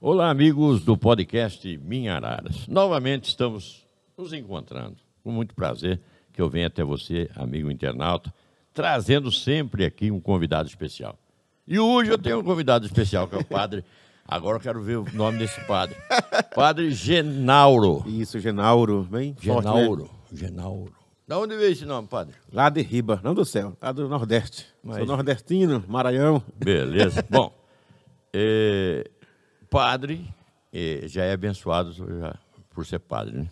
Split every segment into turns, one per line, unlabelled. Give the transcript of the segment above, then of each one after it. Olá, amigos do podcast Minha Araras. Novamente estamos nos encontrando. Com muito prazer que eu venho até você, amigo internauta, trazendo sempre aqui um convidado especial. E hoje eu tenho um convidado especial, que é o padre. Agora eu quero ver o nome desse padre. Padre Genauro.
Isso, Genauro, bem forte, né?
Genauro. Genauro. Da onde veio esse nome, padre?
Lá de Riba, não do céu, lá do Nordeste.
Mas-
Sou nordestino, Maranhão.
Beleza. Bom, é, padre é, já é abençoado já por ser padre. Né?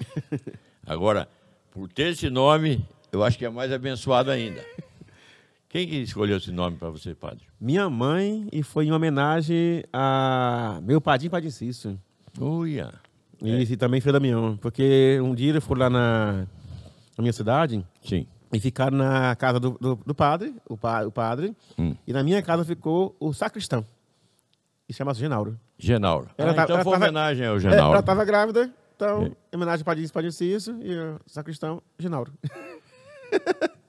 Agora, por ter esse nome, eu acho que é mais abençoado ainda. Quem que escolheu esse nome para você, padre?
Minha mãe, e foi em homenagem a meu padrinho Padre Cício.
Uia.
E,
É.
e também Frei Damião, porque um dia ele foi lá na, na minha cidade
Sim.
e ficaram na casa do, do, do padre, o, pa- o padre,
Hum.
e na minha casa ficou o sacristão. E chamava-se Genauro.
Genauro.
Ela
Ah,
tá-
então
ela
foi
tava-
homenagem ao
É,
Genauro. É.
Ela estava grávida, então, em homenagem a Padre Padre Cício e o sacristão Genauro.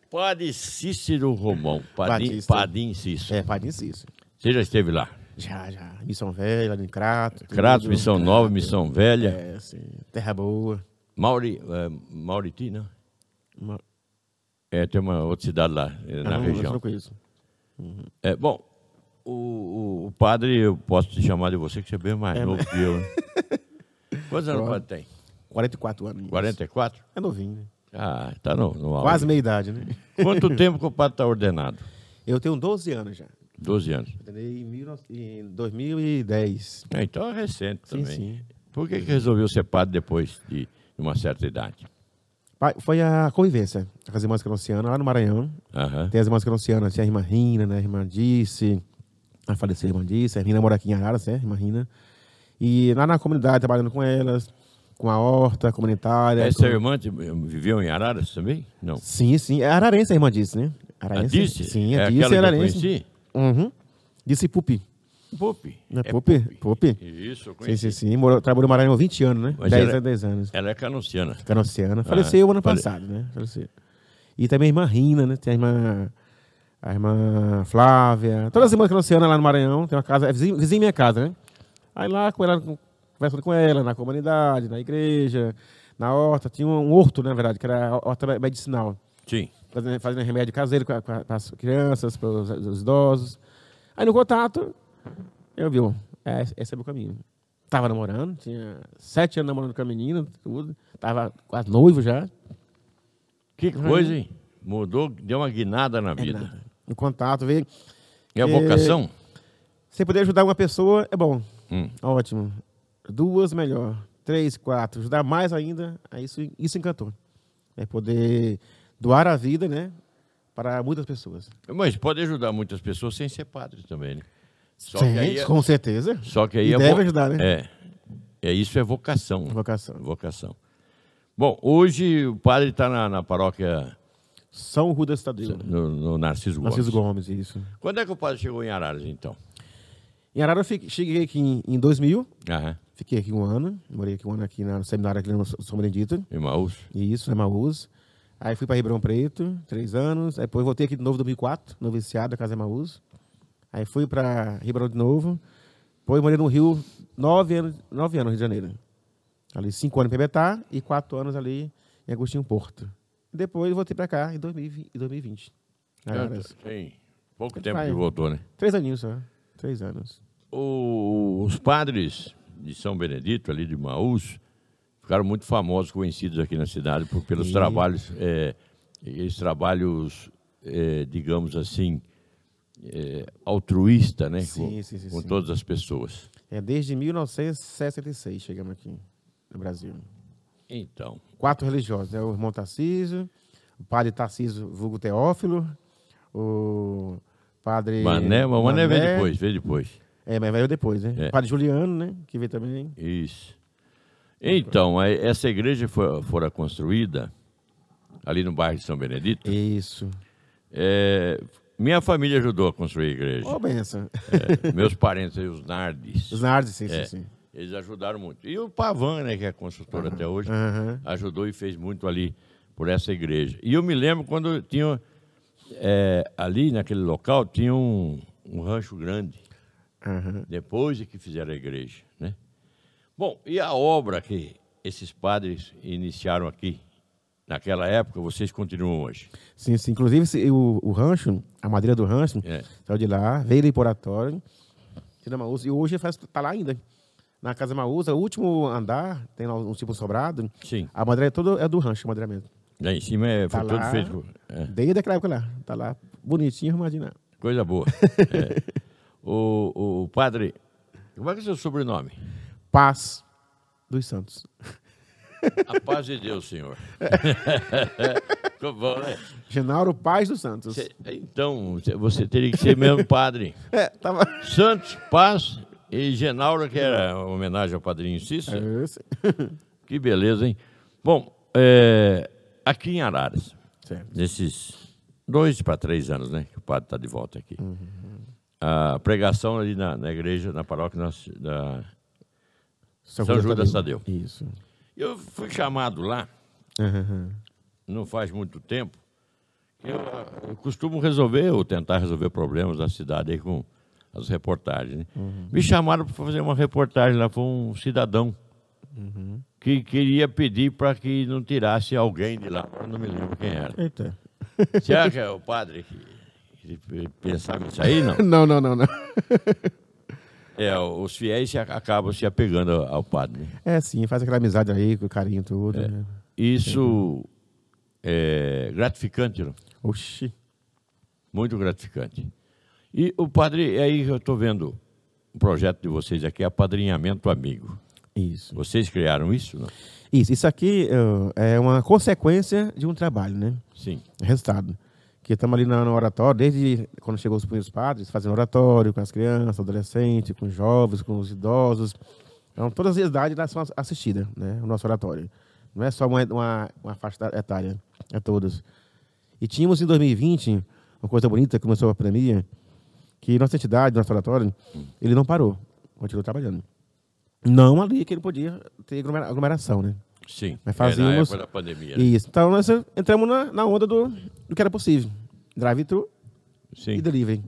Padre Cícero Romão. Padre,
Batista.
Padim Cícero.
É, Padre Cício.
Você já esteve lá?
Já, já. Missão Velha, em Crato. tudo.
Crato, Missão Nova, Missão Velha.
É, sim. Terra Boa.
Mauri, é, Mauriti, não?
Uma...
É, tem uma outra cidade lá, é, na
Ah, não, eu
região.
não conheço.
É, bom, o, o- o padre, eu posso te chamar de você, que você é bem mais novo que eu. Né? Quantos anos o padre tem?
44 anos.
44?
É novinho, né?
Ah, tá no, no auge.
Quase meia idade, né?
Quanto tempo que o padre está ordenado?
Eu tenho 12 anos já.
12 anos.
Entendeu? Em, 19... em 2010.
É, então é recente
Sim,
também.
sim.
Por que, que resolveu ser padre depois de uma certa idade?
Pai, Foi a convivência com as irmãs Canuncianas lá no Maranhão.
Aham.
Tem as irmãs Canuncianas, tinha a irmã Rina, né? A irmã Dice, a falecida irmã Dice, a Rina mora aqui em Araras, né? A irmã Rina. E lá na comunidade, trabalhando com elas, com a horta comunitária.
Essa é
com-
irmã te- viveu em Araras também? Não.
Sim, sim. É ararense a irmã disse, né? Ararense?
A Dirce?
Sim,
É
a Dirce
aquela
é
que eu
ararense.
conheci?
Uhum. Disse Pupi.
Pupi.
Não é Pupi? Pupi.
Isso, eu
Sim,
conheci.
sim, sim. Morou, trabalhou no Maranhão 20 anos, né?
Mas
10
era- Ah,
a 10 anos.
Ela é canunciana.
Canossiana. Faleceu o ano
fale-
passado, né? Faleceu. E também a irmã Rina, né? Tem a irmã... A irmã Flávia. Todas as irmãs canossianas lá no Maranhão. Tem uma casa... É vizinha, vizinha minha casa, né? Aí lá, com ela, conversando com ela, na comunidade, na igreja, na horta. Tinha um horto, na verdade, que era a horta medicinal
Sim.
fazendo, fazendo remédio caseiro para as crianças, para os idosos. Aí no contato, eu vi, ó, é, esse é o meu caminho. Tava namorando, tinha sete anos namorando com a menina, tudo. Tava quase noivo já.
Que coisa,
Uhum.
hein? Mudou, deu uma guinada
É
na vida.
No contato, veio.
É a
É.
vocação?
Você poder ajudar uma pessoa é bom,
Hum.
ótimo. Duas, melhor. Três, quatro. Ajudar mais ainda, aí isso, isso encantou. É poder doar a vida, né? Para muitas pessoas.
Mas pode ajudar muitas pessoas sem ser padre também, né? Só
Sim,
que aí, é-
com certeza.
só que aí
E
é
deve
vo-
ajudar, né?
É. é. Isso é vocação.
Vocação.
Vocação. Bom, hoje o padre está na, na paróquia
São Judas Tadeu.
no, no Narciso Gomes.
Narciso Gomes, isso.
Quando é que o padre chegou em Araras, então?
Em Arara eu fi- cheguei aqui em, em 2000,
Aham.
fiquei aqui um ano, morei aqui um ano aqui na- no seminário aqui no São Benedito,
Em Maús?
e isso, na Maús. Aí fui para Ribeirão Preto, três anos, aí depois voltei aqui de novo em 2004, no viciado da Casa Maús. Aí fui para Ribeirão de novo, depois morei no Rio nove anos, nove anos, Rio de Janeiro. Ali cinco anos em Pebetá e quatro anos ali em Agostinho Porto. Depois voltei para cá em 2020. em 2020 Araras.
Tem pouco
Ele
tempo
vai.
que voltou, né?
é Três aninhos só, três anos.
O- os padres de São Benedito, ali de Maús, ficaram muito famosos, conhecidos aqui na cidade por, pelos trabalhos, é, esses trabalhos, é, digamos assim, é, altruísta, né?
Sim,
com
sim, sim,
com
sim.
todas as pessoas.
É desde 1966 chegamos aqui no Brasil.
Então,
Quatro religiosos, né? O irmão Tarcísio, o padre Tarcísio Vulgo Teófilo, o padre...
Mané, mas Mané vem
Mané.
depois, vem depois.
É, mas veio depois, né?
É.
O padre Juliano, né? Que veio também.
Isso. Então, aí essa igreja foi, fora construída ali no bairro de São Benedito.
Isso.
É, minha família ajudou a construir a igreja.
Ô, benção.
É, meus parentes aí, os Nardes,
Os Nardes, sim, sim, sim.
eles ajudaram muito. E o Pavan, né, que é consultor até hoje,
Aham.
ajudou e fez muito ali por essa igreja. E eu me lembro quando tinha, é, ali naquele local, tinha um, um rancho grande,
Aham.
depois é que fizeram a igreja, né? Bom, e a obra que esses padres iniciaram aqui, naquela época, vocês continuam hoje?
Sim, sim. Inclusive, esse- o, o rancho, a madeira do rancho,
É.
saiu de lá, veio do Oratório, Tina Maúsa, e hoje está lá ainda. Na Casa Maúsa, o último andar, tem lá um tipo sobrado.
Sim.
A madeira toda é do rancho, a madeira mesmo.
Lá em cima é, foi
Tá
todo
lá.
feito. com- é,
Desde aquela época lá. Tá lá, bonitinho, arrumadinho lá.
coisa boa. É. O, o padre, como é que é seu sobrenome?
Paz dos Santos.
A paz de Deus, senhor. Ficou bom, né?
Genaro Paz dos Santos.
Cê- Então, cê- você teria que ser mesmo padre.
É, tava.
Santos, Paz e Genaura, que era uma homenagem ao padrinho Cícero.
Esse.
Que beleza, hein? Bom, é, aqui em Araras,
Certo.
nesses dois para três anos, né? Que o padre está de volta aqui. A pregação ali na, na igreja, na paróquia nossa, da. São Judas Tadeu.
Isso.
Eu fui chamado lá,
Aham.
não faz muito tempo. que Eu, eu costumo resolver ou tentar resolver problemas da cidade aí com as reportagens. né? Me chamaram para fazer uma reportagem lá, foi um cidadão que queria pedir para que não tirasse alguém de lá, eu não me lembro quem era.
Eita.
Será que é o padre que que pe- pensava isso aí? Não.
Não, não, não, não.
É, os fiéis se a- acabam se apegando ao ao padre. né?
É sim, faz aquela amizade aí com o carinho todo.
É.
Né?
Isso é gratificante, não?
Oxi.
Muito gratificante. E o padre, aí eu estou vendo um projeto de vocês aqui, apadrinhamento amigo.
Isso.
Vocês criaram isso, não?
Isso, isso aqui ó, é uma consequência de um trabalho, né?
Sim.
Resultado. Que estamos ali na- no oratório, desde quando chegou os primeiros padres, fazendo oratório com as crianças, adolescentes, com os jovens, com os idosos. Então, todas as idades lá são as- assistidas, né? O nosso oratório. Não é só uma, uma, uma faixa etária, é todas. E tínhamos em 2020, uma coisa bonita, começou a pandemia, que nossa entidade, nosso oratório, ele não parou, continuou trabalhando. Não ali que ele podia ter aglomera- aglomeração, né?
Sim. É,
Mas
na
fazíamos-
época da pandemia. né?
Isso. Então nós entramos na, na onda do, do que era possível. Drive-thru
Sim.
e delivery.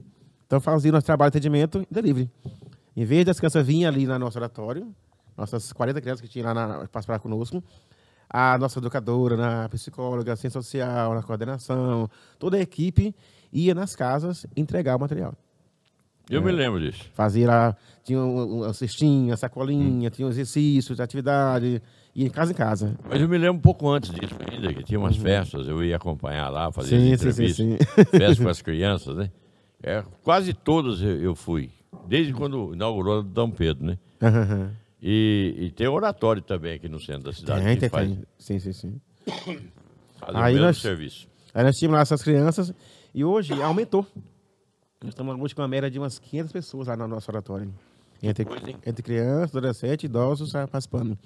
Então fazia nosso trabalho de atendimento e delivery. Em vez das crianças virem ali na nosso oratório, nossas 40 crianças que tinham lá na, pra participar conosco, a nossa educadora, na psicóloga, assistência social, na coordenação, toda a equipe ia nas casas entregar o material.
Eu
É.
me lembro disso.
Fazia lá, tinha um- uma cestinha, sacolinha, tinha um exercícios, atividade, ia de casa em casa.
Mas eu me lembro um pouco antes disso ainda, que tinha umas festas, eu ia acompanhar lá, fazer
Uhum. Sim,
as
sim, sim,
entrevistas,
sim.
festas com as crianças, né? É, quase todas eu, eu fui, desde quando inaugurou a Dom Pedro, né? E, e tem oratório também aqui no centro da cidade,
É, Tem,
Tá, que
tem,
faz,
tem. Sim, sim, sim.
faz o
Aí
mesmo
nós-
serviço.
Aí nós tínhamos lá essas crianças e hoje aumentou. Nós estamos hoje com uma média de umas 500 pessoas lá no nosso oratório. Entre, entre crianças, adolescentes, idosos ah, participando.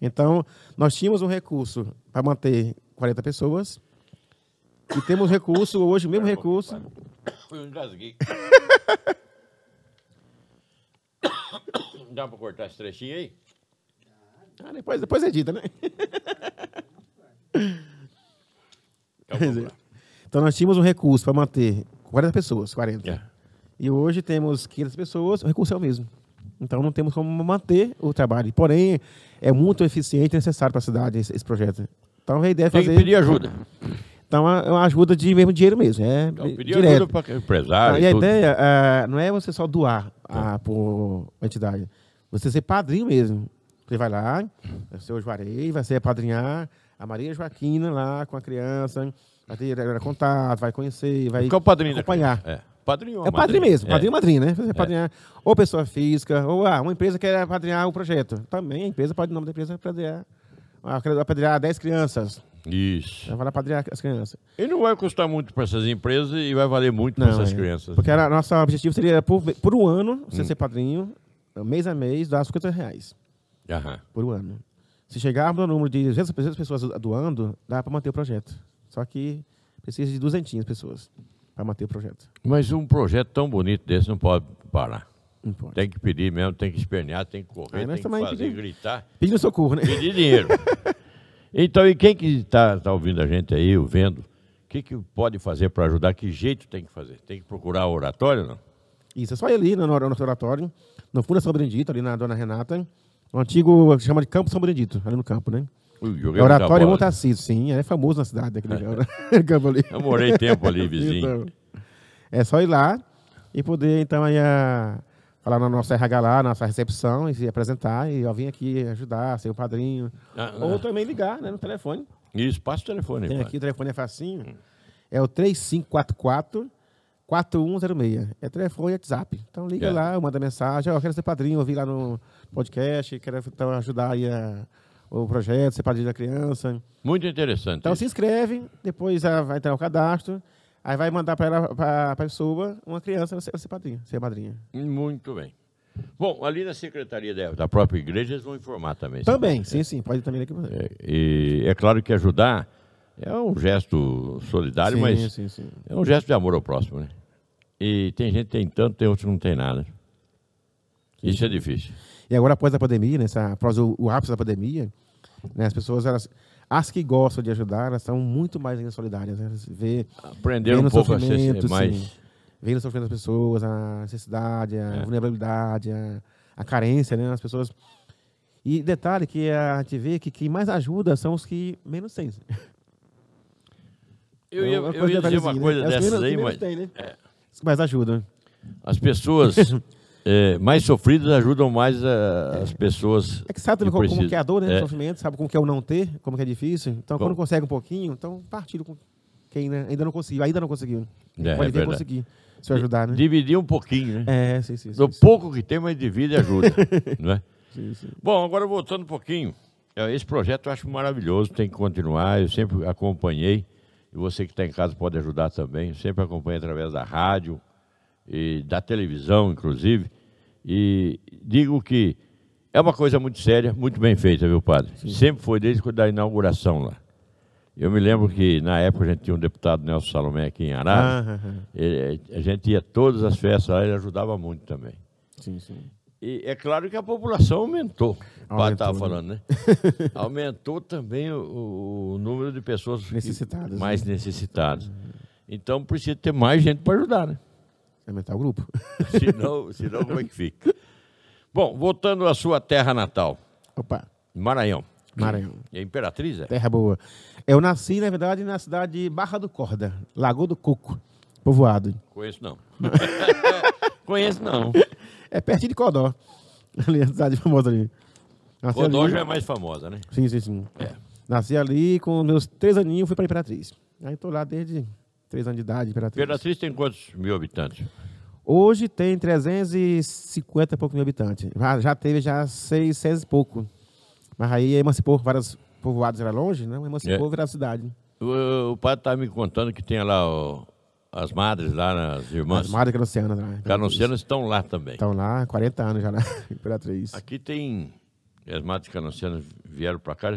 Então, nós tínhamos um recurso para manter 40 pessoas e temos recurso hoje, o
Tá
mesmo recurso.
Eu engasguei. Dá pra cortar esse trechinho aí?
Ah, depois, depois edita, né?
Então vamos lá.
Então, nós tínhamos um recurso para manter 40 pessoas, 40.
É.
E hoje temos 500 pessoas, o recurso é o mesmo. Então não temos como manter o trabalho. Porém, é muito eficiente e necessário para a cidade esse, esse projeto. Então a ideia é
Tem que
fazer.
pedir ajuda.
Então é uma ajuda de mesmo dinheiro mesmo. É
Então, pedir
direto.
ajuda para
Então,
empresário.
e a
tudo. Tá.
ideia ah, não é você só doar a, por entidade. Você ser padrinho mesmo. Você vai lá, vai ser o Juarez, vai ser apadrinhar a Maria Joaquina lá com a criança, vai ter eh, contato, vai conhecer, vai
Qual é o padrinho da
é acompanhar.
criança? É, padrinho ou
É padrinho
madrinha?
mesmo,
É.
padrinho e madrinha, né? Você padrinhar ou pessoa física, ou ah, uma empresa quer apadrinhar o projeto. Também a empresa pode, o nome da empresa, é apadrinhar. Ah, eu quero apadrinhar 10 crianças.
É.
Então,
Isso.
Vai lá apadrinhar as crianças.
E não vai custar muito para essas empresas e vai valer muito para essas
é.
crianças. né? Hum.
Porque a nosso objetivo seria, por, por um ano, você ser padrinho, então, mês a mês, dar 50 reais
Aham.
por um ano. Se chegarmos no número de 200 pessoas- 200 pessoas doando, dá para manter o projeto. Só que precisa de 200 pessoas para manter o projeto.
Mas um projeto tão bonito desse não pode parar.
Não pode.
Tem que pedir mesmo, tem que espernear, tem que correr,
Aí É, nós
tem que
também
fazer,
pedimos.
gritar,
Pedindo socorro, né?
pedir dinheiro. então, e quem que está ouvindo a gente aí, ou vendo, o que, que pode fazer para ajudar? Que jeito tem que fazer? Tem que procurar oratório, não?
Isso, é só ir ali no, no, no oratório, no fundo da São Benedito, ali na Dona Renata. O antigo chama de Campo São Benedito, ali no campo, né?
Ui, joguei muita
Oratório
bola.
Montacito, sim. É famoso na cidade, aquele ora- campo ali.
Eu morei tempo ali, um vizinho.
Então, é só ir lá e poder, então, aí, a- falar na nossa RH lá, na nossa recepção, e se apresentar, e ó, vim aqui ajudar, ser o padrinho.
Ah, ah.
Ou também ligar, né, no telefone.
Isso, passa o telefone.
Tem
aí,
aqui, o telefone é
Hum.
facinho. É o 3544 4106. É telefone e WhatsApp. Então liga
É.
lá, manda mensagem. "Ó, Eu quero ser padrinho, ouvir lá no podcast, quero então, ajudar aí a- o projeto, ser padrinho da criança.
pá. Muito interessante.
Então
isso.
se inscreve, depois ah, vai entrar o cadastro, aí vai mandar para ela, para a pessoa, uma criança, você vai ser padrinho, ser madrinha.
Muito bem. Bom, ali na secretaria da, da própria igreja, eles vão informar também.
Também, sim, sim, pode também aqui.
É, e é claro que ajudar é um gesto solidário,
sim,
mas
sim, sim.
é um gesto de amor ao próximo, né? E tem gente que tem tanto, tem outros que não tem nada. Isso é difícil.
E agora, após a pandemia, né, essa, após o, o ápice da pandemia, né, as pessoas, elas, as que gostam de ajudar, elas são muito mais ainda solidárias. Né? Elas vê,
Aprender um
o
pouco a ser- ser
sofrimento,
mais...
sim. Vendo o sofrimento das pessoas, a necessidade,
É.
a vulnerabilidade, a, a carência, né, as pessoas... E detalhe que a gente vê que quem mais ajuda são os que menos têm.
Eu
É
ia,
uma
eu
coisa
ia dizer
detalhezinha,
uma
né?
coisa
É os que
dessas
menos-
aí,
que menos
mas é.
têm, né? Os que mais ajudam.
as pessoas eh, mais sofridas ajudam mais a- as pessoas.
É que sabe também
que
como, como
precisam.
que é a dor, né?
É.
O sofrimento, sabe como que é o não ter, como que é difícil. Então,
Bom.
quando consegue um pouquinho, então partilha com quem né? ainda não conseguiu, ainda não conseguiu.
É, é
Pode vir
verdade.
conseguir, se eu ajudar, né?
Dividir um pouquinho, né?
É, sim, sim. sim,
Do
sim,
pouco que tem, mas divide e ajuda. não é?
sim, sim.
Bom, agora voltando um pouquinho, eh, esse projeto eu acho maravilhoso, tem que continuar, eu sempre acompanhei, e você que está em casa pode ajudar também, eu sempre acompanho através da rádio e da televisão, inclusive, e digo que é uma coisa muito séria, muito bem feita, viu, padre? Sempre foi desde quando da inauguração lá. Eu me lembro que na época a gente tinha um deputado Nelson Salomé aqui em Arara,
Ah, ah, ah,
ele- a gente ia todas as festas lá, ele ajudava muito também.
sim, sim.
E é claro que a população aumentou. O Pato
Aumentou,
estava
né?
falando, né? aumentou também o, o número de pessoas que-
Necessitadas,
mais necessitadas. Então precisa ter mais gente para ajudar, né?
É aumentar o grupo.
Senão, senão como é que fica? Bom, voltando à sua terra natal,
Opa,
Maranhão.
Maranhão.
É Imperatriz, é?
Terra boa. Eu nasci, na verdade, na cidade de Barra do Corda, Lagoa do Coco, povoado.
Conheço não. Conheço não.
É pertinho de Codó. Ali, a cidade famosa ali. Nasci
Codó
ali.
já é mais famosa, né?
Sim, sim, sim.
É.
Nasci ali, com meus três aninhos, fui para Imperatriz. Aí tô lá desde três anos de idade, Imperatriz.
Imperatriz tem quantos mil habitantes?
Hoje tem 350 e pouco mil habitantes. Já, já teve já 600 e pouco. Mas aí emancipou vários povoados, era longe, né? Emancipou,
É.
virou cidade.
O, o padre estava me contando que tem lá o- as madres, lá né, as Tá irmãs.
As Mário Canuncianas
Tá
lá.
Canoncianas estão lá também.
Estão lá, 40 anos já lá, Imperatriz.
Aqui tem. As matas canoncianas vieram para cá,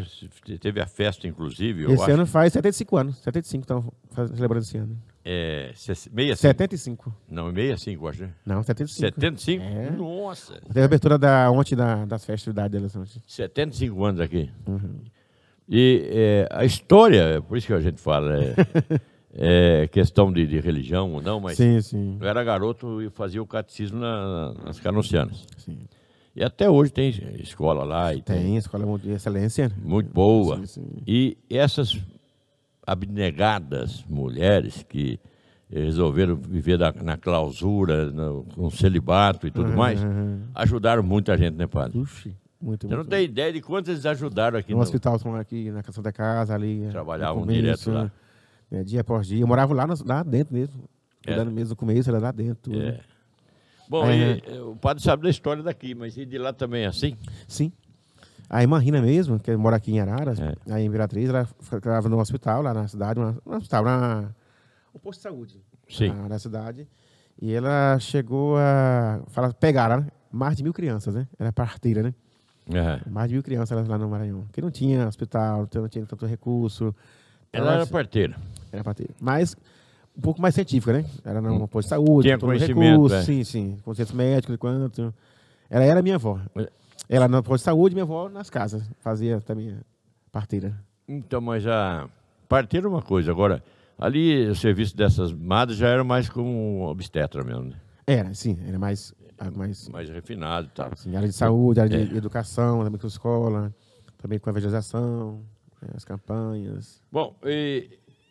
teve a festa, inclusive, eu
Esse
acho.
ano faz 75 anos. 75 estão faz- celebrando esse ano.
É, 65.
75.
Não, 65, eu acho, né?
Não, 75.
75?
É.
Nossa!
Teve a abertura da, ontem da, das festas da idade delas ontem.
75 anos aqui. E é, a história, por isso que a gente fala, é, é questão de, de religião ou não, mas
Sim, sim,
eu era garoto e fazia o catecismo na- nas canoncianas.
sim.
E até hoje tem escola lá e tem
Tem escola de excelência.
Muito boa.
Sim, sim.
E essas abnegadas mulheres que eh, resolveram viver da- na clausura, no, com celibato e tudo mais, ajudaram muita gente, né, padre?
Puxa, muito,
Você então não
muito.
tem ideia de quantas eles ajudaram aqui
No
no
hospital, estão aqui na Santa Casa, ali. né, no
Trabalhavam
começo,
um direto lá.
né, dia após dia. Eu morava lá, no- lá dentro mesmo.
É.
Cuidando mesmo do começo, era lá dentro. tudo. né?
É. Bom,
É.
e, eh, o padre sabe da história daqui, mas e de lá também é assim?
Sim. A irmã Rina mesmo, que mora aqui em Araras,
É.
a Imperatriz, ela ficava no hospital lá na cidade, uma- um hospital, na, um posto de saúde
Sim.
Na, na cidade. E ela chegou a fala, pegar né? mais de mil crianças, né? Era parteira, né?
É.
Mais de mil crianças lá no Maranhão. Que não tinha hospital, então não tinha tanto recurso.
Ela era
Elas-
parteira.
Era pra ter. Mas um pouco mais científica, né? Era numa posto de saúde,
Tinha
com todo o
conhecimento,
recurso,
é.
sim, sim. Conceito médico, de quanto. Ela era minha avó.
É.
Ela no posto de saúde, minha avó nas casas. Fazia também a parteira.
Então, mas a parteira é uma coisa. Agora, ali o serviço dessas madres já era mais como um obstetra mesmo, né?
Era, sim, era mais ah, mais
mais refinado e tal.
assim, área de saúde, área
É.
de educação, também com escola, também com a evangelização, né, as campanhas.
Bom, e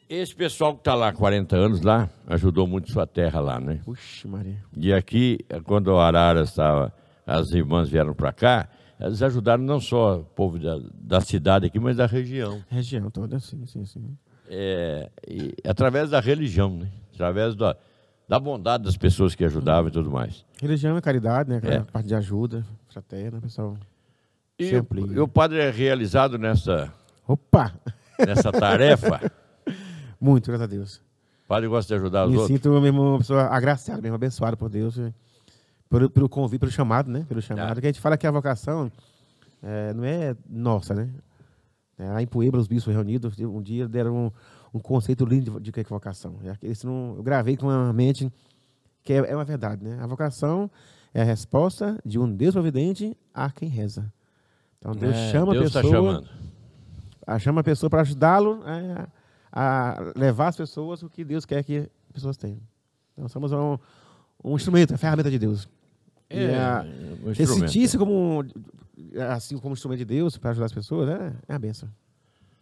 esse pessoal que está lá há 40 anos lá, ajudou muito sua terra lá, né?
Puxa, Maria.
E aqui, quando o Arara estava, as irmãs vieram para cá, elas ajudaram não só o povo da, da cidade aqui, mas da região.
Região toda, sim, sim, sim.
É, e através da religião, né? Através da, da bondade das pessoas que ajudavam e tudo mais.
Religião é caridade, né? Aquela
É.
parte de ajuda, fraterna, pessoal.
E,
Sempre. né?
o- e o padre é realizado nessa,
Opa!
nessa tarefa.
Muito, graças a Deus.
O padre gosta de ajudar os
Me
outros.
sinto mesmo uma pessoa agraciada, mesmo abençoada por Deus, eh, pelo, pelo convite, pelo chamado, né? Pelo chamado.
Tá.
Que a gente fala que a vocação eh, não é nossa, né? É, lá em Puebla, os bispos reunidos, de- um dia deram um, um conceito lindo de, de que é vocação. É aquele- isso não- eu gravei com a mente que é, é uma verdade, né? A vocação é a resposta de um Deus providente a quem reza. Então Deus
É,
chama
Deus
a
está
pessoa
chamando.
a- chama a pessoa para ajudá-lo é, a levar as pessoas o que Deus quer que as pessoas tenham. Então somos um, um instrumento, a ferramenta de Deus. E a-
um
se
instrumento.
sentir-se como um- assim como instrumento de Deus para ajudar as pessoas é, é uma benção.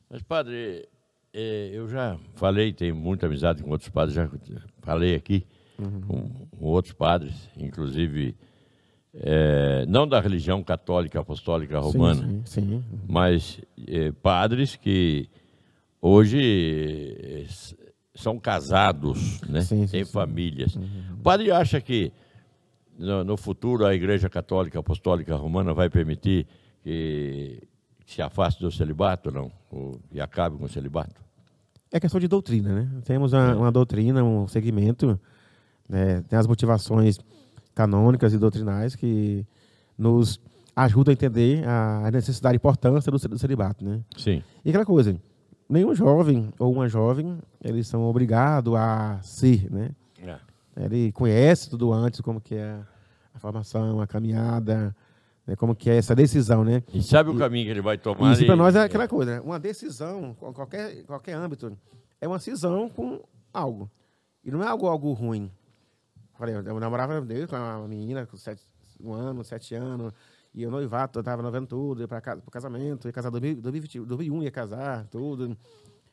Mas, padre, eh, eu já falei, tenho muita amizade com outros padres, já falei aqui com, com outros padres, inclusive eh, não da religião católica, apostólica, romana,
Sim, sim.
mas eh, padres que hoje eh, s- são casados, né?
Sim, sim,
têm
sim. Uhum,
famílias. O padre acha que no, no futuro a Igreja Católica Apostólica Romana vai permitir que se afaste do celibato, não? Ou- e acabe com o celibato?
É questão de doutrina, né? Temos
É.
uma, uma doutrina, um segmento, né? tem as motivações canônicas e doutrinais que nos ajudam a entender a a necessidade e importância do ce- do celibato, né?
Sim.
E aquela coisa, nenhum jovem ou uma jovem, eles são obrigados a ser, né? Ele conhece tudo antes, como que é a formação, a caminhada, né? como que é essa decisão, né?
E sabe o caminho que ele vai tomar?
E isso para
e-
nós é aquela coisa, né? uma decisão, qual- qualquer, qualquer âmbito, é uma cisão com algo. E não é algo, algo ruim. Falei, eu eu namorava desde com uma menina com sete, um ano, sete anos, e eu noivado, eu tava noivando tudo, ia para casa, pro casamento, ia casar em 2000, 2020, 2001, ia casar, tudo.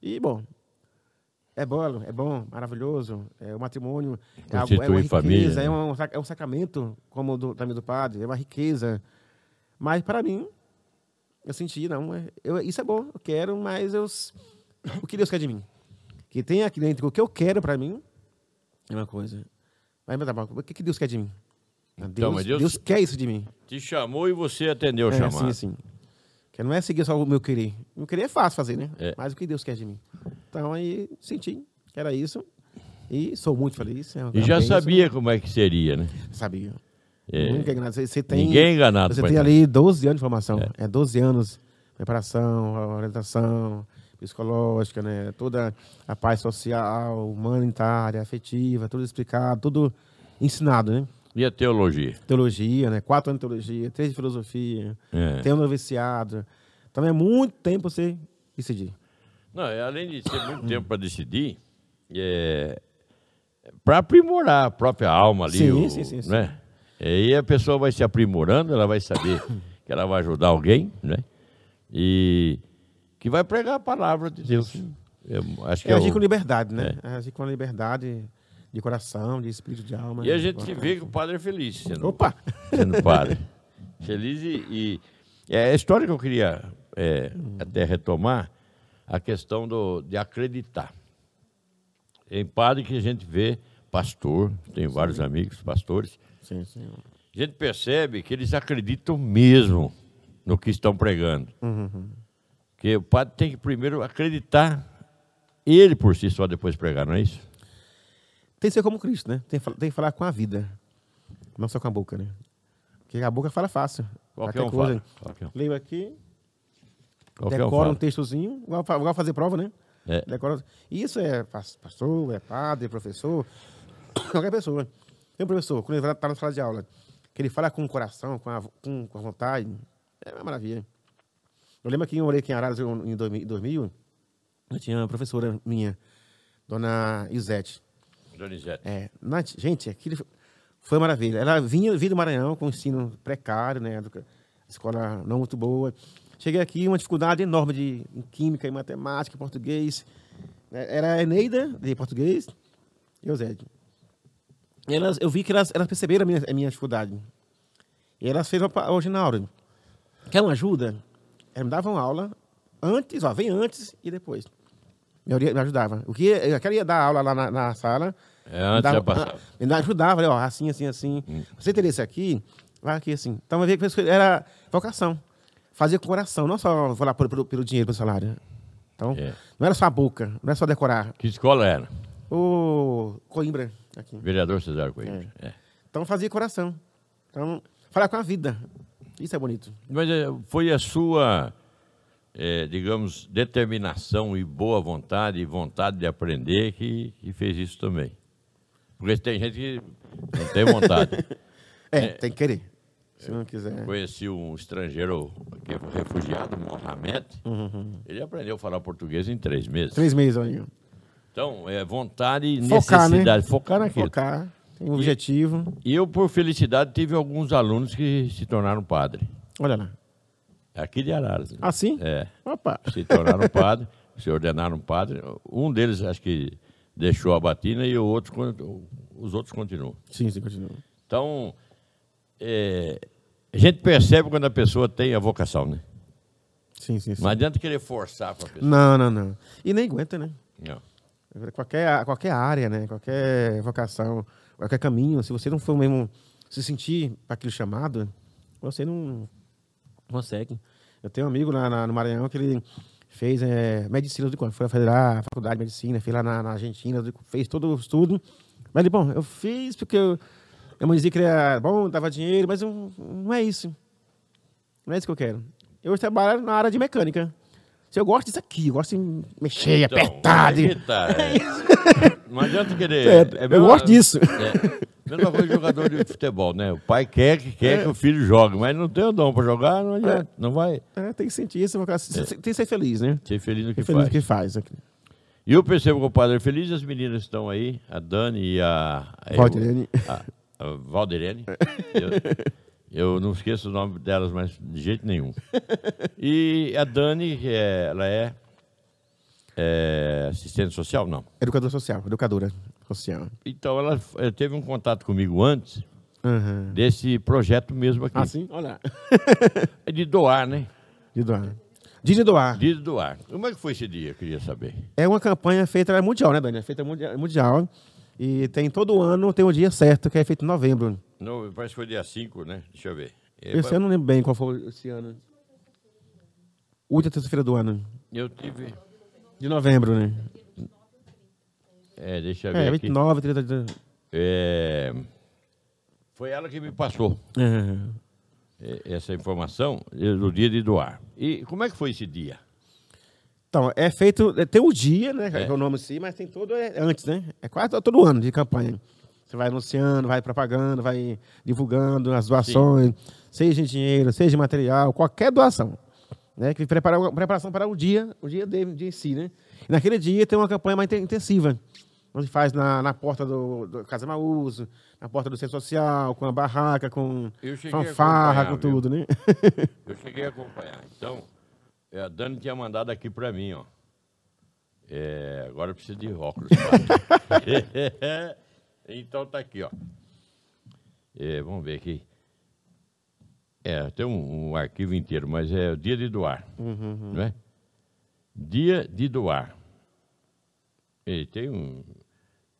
E, bom, é bom, é bom, maravilhoso, é o matrimônio, é, algo, é uma
Constitui
riqueza,
família, né?
é, um, sac- é um sacramento, como o do, também do padre, é uma riqueza. Mas, para mim, eu senti, não, é- eu, isso é bom, eu quero, mas eu, s- o que Deus quer de mim? Que tem aqui dentro o que eu quero para mim é uma coisa. Mas, meu Deus, o que, que Deus quer de mim? Ah, Deus,
Então, mas Deus-
Deus quer isso de mim.
Te chamou e você atendeu o
é,
chamado.
sim, sim. Que não é seguir só o meu querer. Meu querer é fácil fazer, né?
É.
Mas o que Deus quer de mim? Então, aí senti que era isso. E sou muito feliz. é uma
E já
bênção.
sabia como é que seria, né?
Sabia.
É.
Nunca é enganado. Você- Você tem,
Ninguém é enganado,
Você
pai
tem
Deus.
ali 12 anos de formação. É, 12 anos. Preparação, orientação psicológica, né? Toda a parte social, humanitária, afetiva, tudo explicado, tudo ensinado, né?
E a teologia?
Teologia, né? Quatro anos de teologia, três de filosofia,
É.
tem um noviciado. Então é muito tempo você decidir.
Não, é, além de ter muito tempo para decidir, é, para aprimorar a própria alma ali.
Sim,
o-
sim, sim, sim.
Né? E aí a pessoa vai se aprimorando, ela vai saber que ela vai ajudar alguém, né? E que vai pregar a palavra de Deus. Eu acho que
É
é
agir
o-
com liberdade, né? É. agir com liberdade de coração, de espírito, de alma.
E a
né?
gente vê que o padre é feliz. Você não,
Opa!
Você não para. Feliz e, e- É a história que eu queria é, até retomar, a questão do, de acreditar. Tem padre que a gente vê, pastor, tem vários amigos pastores,
Sim, sim.
a gente percebe que eles acreditam mesmo no que estão pregando.
Uhum.
Que o padre tem que primeiro acreditar ele por si só, depois pregar, não é isso?
Tem que ser como Cristo, né? Tem, que fal- tem que falar com a vida. Não só com a boca, né? Porque a boca fala fácil.
Qualquer um fala. Qualquer um.
Leio aqui,
Qualquer um
decora um
fala.
textozinho, igual, fa- igual fazer prova, né?
É.
Decora. Isso é pas- pastor, é padre, é professor, qualquer pessoa. Tem um professor, quando ele está na sala de aula, que ele fala com o coração, com a, vo- com, com a vontade, é uma maravilha. Eu lembro que eu morei aqui em Araras eu- em 2000, 2000, eu tinha uma professora minha, dona Isete.
Donizete.
É, na- É, gente, aquilo Foi uma maravilha. Ela vinha, vinha do Maranhão com um ensino precário, né? educa- Escola não muito boa. Cheguei aqui, uma dificuldade enorme de, em química, em matemática, em português. É, Era a Eneida, de português, e o Zé. E Elas, eu vi que elas, elas perceberam a minha, a minha dificuldade. E elas fez uma hoje na aula. Quer uma ajuda? Elas me davam aula antes, ó, vem antes e depois. Me, ori- me ajudava. O que eu queria dar aula lá na, na sala.
É, antes
me
já passava. Hum.
me dava- Ah, ajudava, falei, ó, assim, assim, assim. Você teria isso aqui? Vai aqui, assim. Então, eu vi que isso era vocação. Fazer com o coração, não só falar pelo, pelo, pelo dinheiro, pelo salário. Então,
É.
não era só a boca, não era só decorar.
Que escola era?
O Coimbra, aqui.
Vereador Cesar Coelho. É.
Então fazia coração. Então, falar com a vida. Isso é bonito.
Mas é, foi a sua, é, digamos, determinação e boa vontade e vontade de aprender que, que fez isso também. Porque tem gente que não tem vontade.
É, tem que querer. Se
É.
não quiser.
Conheci um estrangeiro que é refugiado, Mohamed. Ele aprendeu a falar português em três meses.
Uhum. Três meses, olha.
Então, é vontade e
Focar, né?
necessidade. Focar naquilo.
Focar, tem um objetivo.
E eu, por felicidade, tive alguns alunos que se tornaram padre.
Olha lá.
Aqui de Araras. né?
Assim?
É.
Opa.
se tornaram padre, se ordenaram padre. Um deles acho que deixou a batina e o outro, con- os outros continuam.
Sim, sim, continua.
Então, é, a gente percebe quando a pessoa tem a vocação, né?
Sim, sim, sim.
Não adianta querer forçar para a pessoa.
Não, não, não. E nem aguenta, né?
Não.
Qualquer, qualquer área, né? Qualquer vocação, qualquer caminho. Se você não for mesmo se sentir para aquele chamado, você não consegue. Eu tenho um amigo lá na- no Maranhão que ele fez eh, medicina, do- foi fazer lá a faculdade de medicina, fez lá na, na Argentina, do- fez todo o estudo. Mas ele, bom, eu fiz porque eu, eu me dizia que era bom, dava dinheiro, mas não, não é isso. Não é isso que eu quero. Eu trabalho na área de mecânica. Se eu gosto disso aqui, eu gosto de mexer,
Então,
apertar. de-
aí que tá, é. Não adianta querer.
É,
a
eu
mesma-
gosto disso.
É, mesma coisa de jogador de futebol, né? O pai quer que quer que o filho jogue, mas não tem o dom para jogar, não adianta. Não vai
É, tem que sentir isso, tem que ser feliz, né?
ser feliz no que
Ser feliz
faz.
no que faz. aqui.
E eu percebo que o Padre Feliz, as meninas estão aí, a Dani e a. a-
Valdirene.
A, a Valdirene. Eu, eu não esqueço o nome delas, mas de jeito nenhum. E a Dani, que é- ela é, é assistente social? Não.
Educadora social, educadora social.
Então, ela eh, teve um contato comigo antes
Aham.
desse projeto mesmo aqui.
Assim, olha.
É de doar, né?
De doar. Diz de doar.
De doar. Como é que foi esse dia? Eu queria saber.
É uma campanha feita mundial, né, Dani? É feita mundia- mundial. E tem todo ano, tem um dia certo, que é feito em novembro.
Não, parece que foi dia 5, né? Deixa eu ver. É,
Esse ano eu não lembro bem qual foi esse ano. Última terça-feira do ano.
Eu tive.
De novembro, né?
É, deixa eu ver.
É,
aqui.
29, 30. de-
É, foi ela que me passou
Aham.
é, essa informação é, do dia de doar. E como é que foi esse dia?
Então, é feito. é, Tem o dia, né?
É.
Que é o nome sim, mas tem todo. É, antes, né? É quase todo ano de campanha. Você vai anunciando, vai propagando, vai divulgando as doações, seja em dinheiro, seja em material, qualquer doação. Né? Que prepara, preparação para o dia, o dia de, de em si, né? E naquele dia tem uma campanha mais inten- intensiva. Onde faz na, na porta do, do Casa Maúso, na porta do Centro Social, com a barraca, com
Eu cheguei a
fanfarra, com
acompanhar, viu?
tudo, né?
Eu cheguei a acompanhar. Então, é, a Dani tinha mandado aqui para mim, ó. É, agora eu preciso de óculos. padre. então tá aqui, ó. É, vamos ver aqui. É, tem um, um arquivo inteiro, mas é o dia de doar, não é? Dia de doar. E tem um,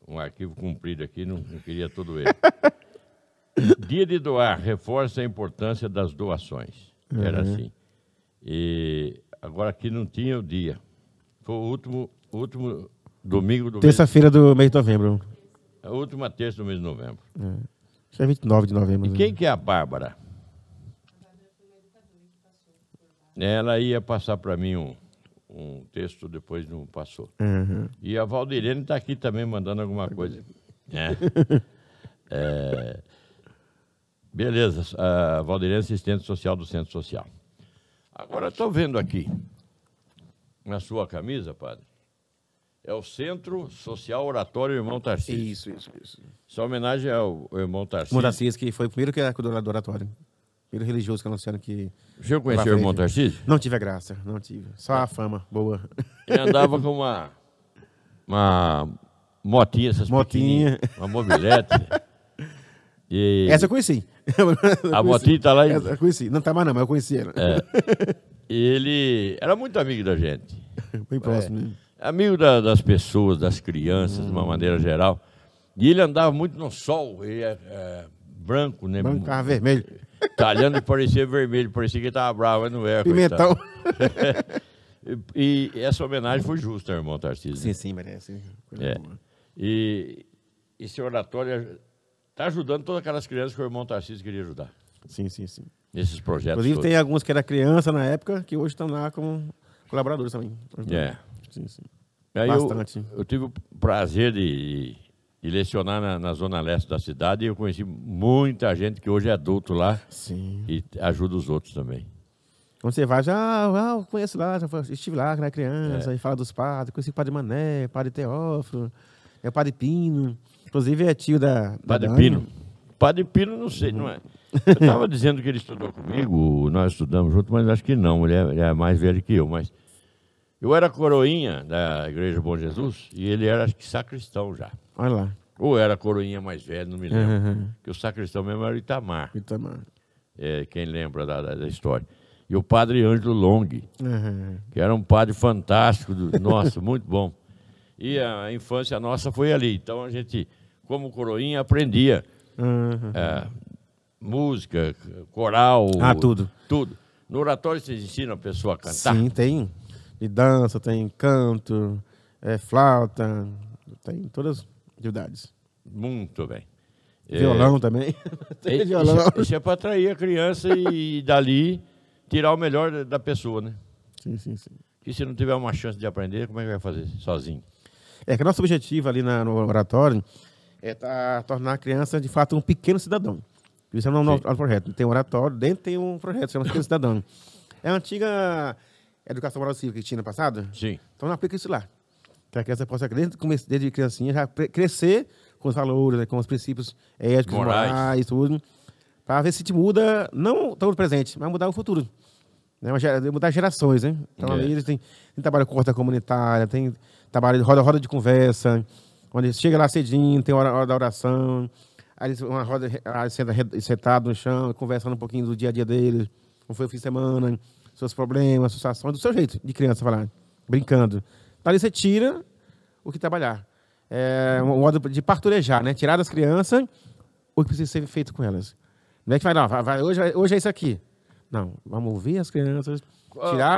um arquivo comprido aqui, não, não queria todo ele. Dia de doar reforça a importância das doações. Era assim. E agora aqui não tinha o dia. Foi o último, o último domingo do mês.
Terça-feira do mês de novembro.
A última terça do mês de novembro.
Acho que é 29 de novembro.
E
né?
quem que é a Bárbara? Ela ia passar para mim um, um texto, depois não passou.
Aham.
E a Valdirene está aqui também mandando alguma coisa. É. É. Beleza, a Valdirene, assistente social do Centro Social. Agora estou vendo aqui, na sua camisa, padre, É o Centro Social Oratório Irmão Tarcísio.
Isso, isso, isso.
Isso é homenagem ao irmão Tarcísio.
Irmão Tarcísio, que foi o primeiro que era curador do oratório. Primeiro religioso que anunciaram que.
O senhor conheceu o irmão Tarcísio?
Não tive a graça, não tive. Só a fama, boa.
Ele andava com uma, uma motinha, essas
Motinha.
pequenininhas, Uma mobilete. E
Essa eu conheci. Eu
A
conheci.
motinha tá lá É. em-
Essa eu conheci. Não tá mais não, mas eu conheci ela.
ele era muito amigo da gente.
Bem próximo.
É.
né?
Amigo da- das pessoas, das crianças, de uma maneira geral. E ele andava muito no sol, ele é, é, branco, né?
Mas um carro vermelho.
Talhando e parecia vermelho, parecia que ele estava bravo, mas não é.
Pimentão.
E, e essa homenagem foi justa, ao irmão Tarcísio.
Sim, sim, merece. Coisa
É.
boa.
E esse oratório está ajudando todas aquelas crianças que o irmão Tarcísio queria ajudar.
Sim, sim, sim.
Nesses projetos.
Inclusive,
todos.
tem alguns que era criança na época que hoje estão lá como colaboradores também.
É.
Sim, sim.
Aí eu-
bastante.
Eu, tive o prazer de, de lecionar na, na zona leste da cidade e eu conheci muita gente que hoje é adulto lá
Sim.
e ajuda os outros também.
Quando você vai, já, ah, eu conheço lá, já foi- estive lá quando era criança,
É.
e fala dos padres, conheci o padre Mané, o padre Teófilo, é o padre Pino. Inclusive é tio da. da
Padre
Dani.
Pino. Padre Pino, não sei, não é. Eu estava dizendo que ele estudou comigo, nós estudamos junto, mas acho que não, ele é, ele é mais velho que eu. Mas eu era coroinha da Igreja Bom Jesus e ele era, acho que, sacristão já.
Olha lá.
Ou era coroinha mais velho, não me lembro.
Uhum.
Porque o sacristão mesmo era o Itamar,
Itamar.
é, quem lembra da, da- da história. E o padre Ângelo Long,
Uhum.
que era um padre fantástico, do, nossa, muito bom. E a infância nossa foi ali. Então a gente, como coroinha, aprendia
Uhum.
é, música, coral.
Ah, tudo.
Tudo. No oratório você ensina a pessoa a cantar.
Sim, tem. De dança, tem canto, é, flauta, tem todas as atividades.
Muito bem. É,
Violão também.
é,
tem violão.
Isso é, isso é para atrair a criança e, e dali tirar o melhor da- da pessoa, né?
Sim, sim, sim.
Que se não tiver uma chance de aprender, como é que vai fazer sozinho?
É que o nosso objetivo ali na- no oratório é tá, tornar a criança, de fato, um pequeno cidadão. Isso é um novo projeto. Tem um oratório, dentro tem um projeto, chama Pequeno Cidadão. É a antiga educação moral cívica que tinha no passado.
Sim.
Então não aplica isso lá. Que a criança possa, desde, o começo- desde criancinha, já pre- crescer com os valores, né, com os princípios éticos,
Morais.
morais, tudo. Para ver se te muda, não tão no presente, mas mudar o futuro. Né, uma gera- mudar gerações, né? Então
É.
ali eles têm, tem trabalho com horta comunitária, tem trabalho de roda, roda de conversa, onde eles chegam lá cedinho, tem hora, hora da oração, aí eles, uma roda re- aí senta re- sentado no chão, conversando um pouquinho do dia a dia deles, como foi o fim de semana, seus problemas, suas ações, do seu jeito de criança falar, brincando. Dali você tira o que trabalhar. É um modo de parturejar, né? Tirar das crianças o que precisa ser feito com elas. Não é que vai, não, vai, vai, hoje, vai- hoje é isso aqui. Não, vamos ouvir as crianças, tirar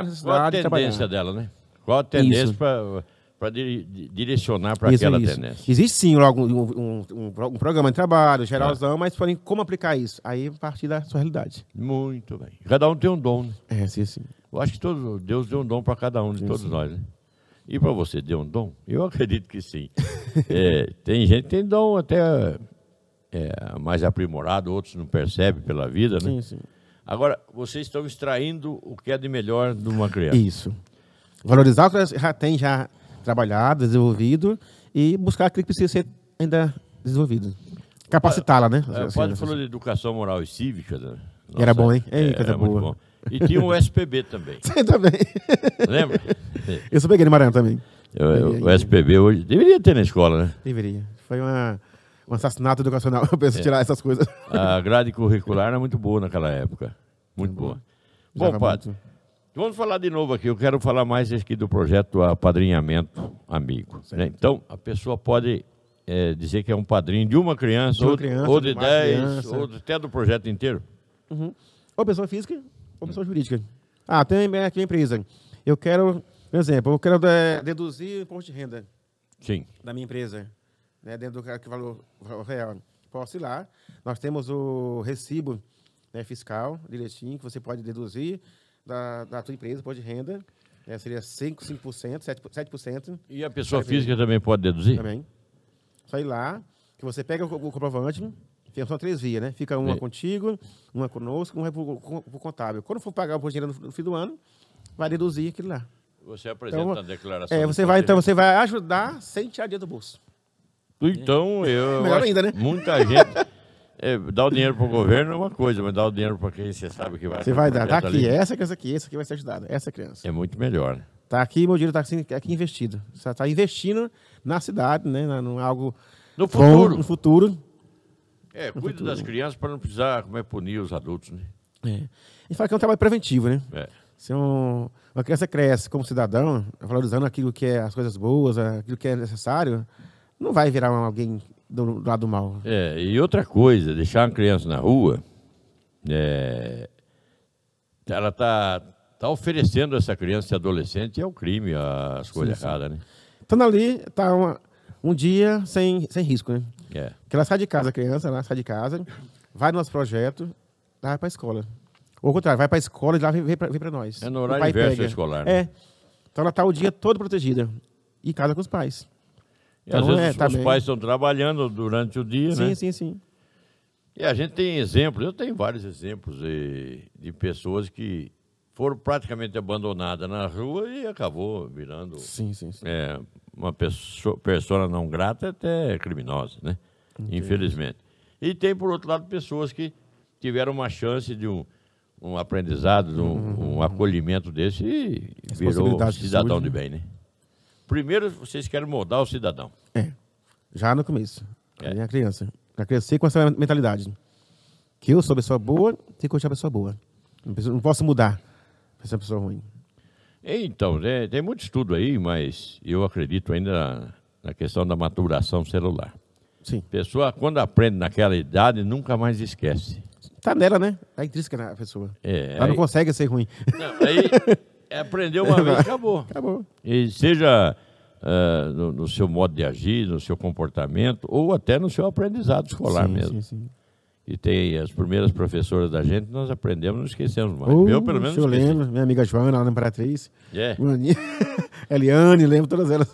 Qual
a
a
necessidade e
tendência
trabalhar.
dela, né? Qual a tendência para direcionar para
Isso,
aquela
isso.
tendência?
Existe sim logo um, um- um- um programa de trabalho, geralzão, mas porém, como aplicar isso? Aí partir da sua realidade.
Muito bem. Cada um tem um dom, né?
É, sim, sim.
Eu acho que todos, Deus deu um dom para cada um de todos nós, né? E para você, deu um dom? Eu acredito que sim. É, tem gente que tem dom até é, mais aprimorado, outros não percebem pela vida, né?
Sim, sim.
Agora, vocês estão extraindo o que é de melhor de uma criança.
É. Isso. Valorizar o que ela já tem já trabalhado, desenvolvido e buscar aquilo que precisa ser ainda desenvolvido. Capacitá-la, né?
É, o padre falou de educação moral e cívica. né?
E era bom, hein? Ei,
é,
coisa
era muito
boa.
bom. E tinha um o SPB também,
Você também.
lembra? É,
Eu sou peguei Maranhão também.
O- o SPB hoje deveria ter na escola, né?
Deveria. Foi uma, um assassinato educacional. Eu penso em tirar essas coisas.
A grade curricular era muito boa naquela época. Muito boa. Bom,
Usava
padre,
muito.
vamos falar de novo aqui. Eu quero falar mais aqui do projeto Apadrinhamento Amigo. né? Então, a pessoa pode eh, dizer que é um padrinho de uma criança,
De uma
ou,
criança,
ou
de
de
mais
dez,
criança.
ou até do projeto inteiro.
Ou pessoa física, ou pessoa jurídica. Ah, tem aqui uma empresa. Eu quero, por exemplo, eu quero eh, deduzir o imposto de renda.
Sim.
da minha empresa, né, dentro do ca- que valor valor real. Posso ir lá. Nós temos o recibo né, fiscal direitinho que você pode deduzir da, da tua empresa, pode de renda. né, seria 5, 5%, 7%, 7%
E a pessoa
Vai ver.
física também pode deduzir?
também. Só ir lá, que você pega o, co- o comprovante, fica- são três vias, né? Fica uma
Sim. contigo,
contigo, uma
Tá
conosco, uma pro, pro- pro contábil. Quando for pagar o imposto de renda no, no fim do ano, vai deduzir aquilo lá.
Você apresenta
Então,
a declaração.
É,
de
você vai, então,
patrimônio.
você vai ajudar sem tirar dinheiro do bolso.
Então, eu.
Melhor
acho
ainda, né?
que Muita gente. é, dar o dinheiro para o governo é uma coisa, mas dar o dinheiro para quem você sabe que vai.
Você vai dar, tá
projeto ali,
aqui, essa criança aqui, essa aqui vai ser ajudada, essa criança.
É muito melhor.
Tá aqui, meu dinheiro tá assim, aqui investido. Você tá investindo na cidade, né, na- num algo
No
bom,
futuro.
no futuro.
É, cuida das crianças para não precisar como é punir os adultos, né?
É. A gente fala que é um trabalho preventivo, né?
É.
Se um- uma criança cresce como cidadão, valorizando aquilo que é as coisas boas, aquilo que é necessário, não vai virar um- alguém do, do lado do mal.
É, e outra coisa, deixar uma criança na rua, é, ela está tá oferecendo essa criança e adolescente, é um crime as coisas erradas, né?
Estando ali, tá uma- um dia sem, sem risco, né?
É.
Porque ela sai de casa, a criança, ela sai de casa, vai no nosso projeto, ela vai pra escola. Ou ao contrário, vai pra escola e de lá vem, vem, pra, vem pra nós.
É no
O
horário
pai
inverso
pega.
da escolar, né?
É. Então ela tá o dia todo protegida. E casa com os pais.
E
Então,
às vezes
é,
os,
tá
os
bem.
pais estão trabalhando durante o dia, né?
Sim, sim, sim.
E a gente tem exemplos, eu tenho vários exemplos de, de pessoas que foram praticamente abandonadas na rua e acabou virando
Sim, sim, sim.
é, uma pessoa persona não grata é até criminosa, né? Infelizmente. E tem, por outro lado, pessoas que tiveram uma chance de um, um aprendizado, de um, um acolhimento desse e virou
Responsabilidade que
cidadão
surge,
de
né?
bem, né? Primeiro, vocês querem moldar o cidadão.
É. Já no começo.
É.
A minha criança. Já cresci com essa mentalidade. Que eu sou pessoa boa, tem que continuar pessoa boa. Não preciso- não posso mudar pra ser uma pessoa ruim.
Então, né, tem muito estudo aí, mas eu acredito ainda na, na questão da maturação celular.
Sim.
Pessoa, quando aprende naquela idade, nunca mais esquece.
Tá nela, né? Tá intrínseca na pessoa.
É,
Ela
aí-
não consegue ser ruim.
Não, aí aprendeu uma vez, acabou.
Acabou.
E seja ah, no, no seu modo de agir, no seu comportamento, ou até no seu aprendizado escolar
Sim,
mesmo.
sim, sim.
E tem as primeiras professoras da gente, nós aprendemos, não esquecemos mais.
Ou,
eu, pelo menos,
se eu
não esqueci.
lembro, minha amiga Joana, lá na Imperatriz.
É.
Maninha, Eliane, lembro todas elas.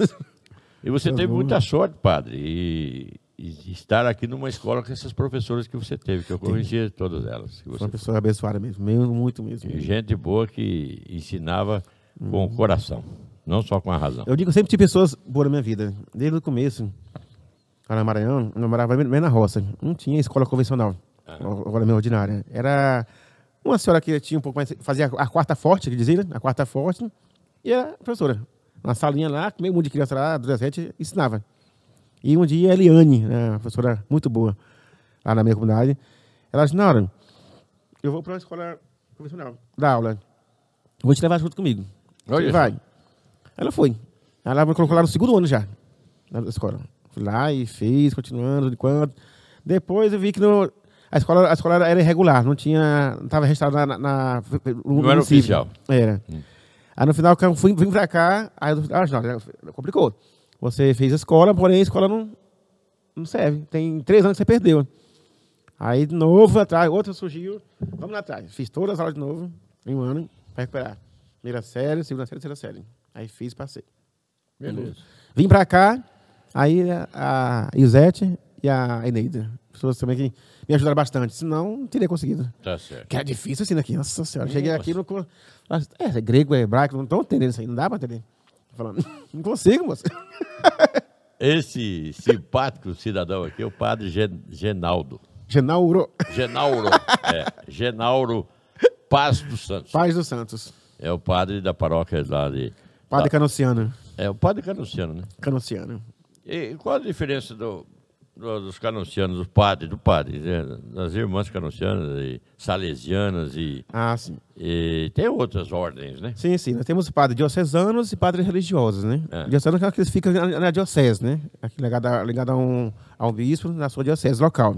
E você
Essas
teve
boas.
muita sorte, padre, e, e estar aqui numa escola com essas professoras que você teve, que eu corrigia todas elas. que você
Foi uma pessoa abençoada mesmo, meio, muito mesmo.
foi. E Gente boa que ensinava com o coração, não só com a razão.
Uhum. Eu digo, eu sempre tive pessoas boas na minha vida. Desde o começo, lá no Maranhão, eu morava bem na roça. Não tinha escola convencional, agora minha ordinária. Era uma senhora que tinha um pouco mais, fazia a quarta forte, que dizia, né? A quarta forte, e era professora. Na salinha lá, meio mundo de criança lá, 17, ensinava. E um dia a Eliane, né, uma professora muito boa lá na minha comunidade, ela disse, Naura, eu vou para uma escola convencional, dar aula. Vou te levar junto comigo.
Olha
Você
só.
vai. Ela foi. Ela me colocou lá no segundo ano já, na escola. Fui lá e fez, continuando, de quanto. Depois eu vi que no, a, escola, a escola era irregular, não tinha. Não estava registrada na, na, na- no
Não era
município.
oficial.
Era. Aí no final que eu fui, vim pra cá, aí eu, ah, não, já complicou. Você fez a escola, porém a escola não, não serve. Tem três anos que você perdeu. Aí de novo atrás, outra surgiu. Vamos lá atrás. Fiz todas as aulas de novo, em um ano, para recuperar. Primeira série, segunda série, terceira série. Aí fiz, passei.
Beleza.
Vim pra cá, aí a- a Isete e a Eneida. Pessoas também que me ajudaram bastante. Senão, não teria conseguido.
Tá certo.
Que é difícil assim aqui. Nossa senhora, cheguei
Nossa.
aqui no. co- Nossa, É, é grego, é hebraico, não estão entendendo isso aí, não dá pra entender. Falando, não consigo, moço.
Esse simpático cidadão aqui é o padre Gen- Genaldo.
Genauro,
Genauro. é, Genauro Paz dos Santos.
Paz dos Santos.
É o padre da paróquia lá de.
Padre
da-
Canonciano.
É o padre Canuciano, né?
Canonciano.
E qual a diferença do- do- dos canucianos, do padre, do padre, né? das irmãs canucianas e salesianas e,
Ah, sim.
e tem outras ordens, né?
Sim, sim. Nós temos padres diocesanos e padres religiosos, né?
É.
Diocesanos é aqueles que ficam na, na diocese, né? Aqui ligado, a, ligado a, um, a um bispo na sua diocese local,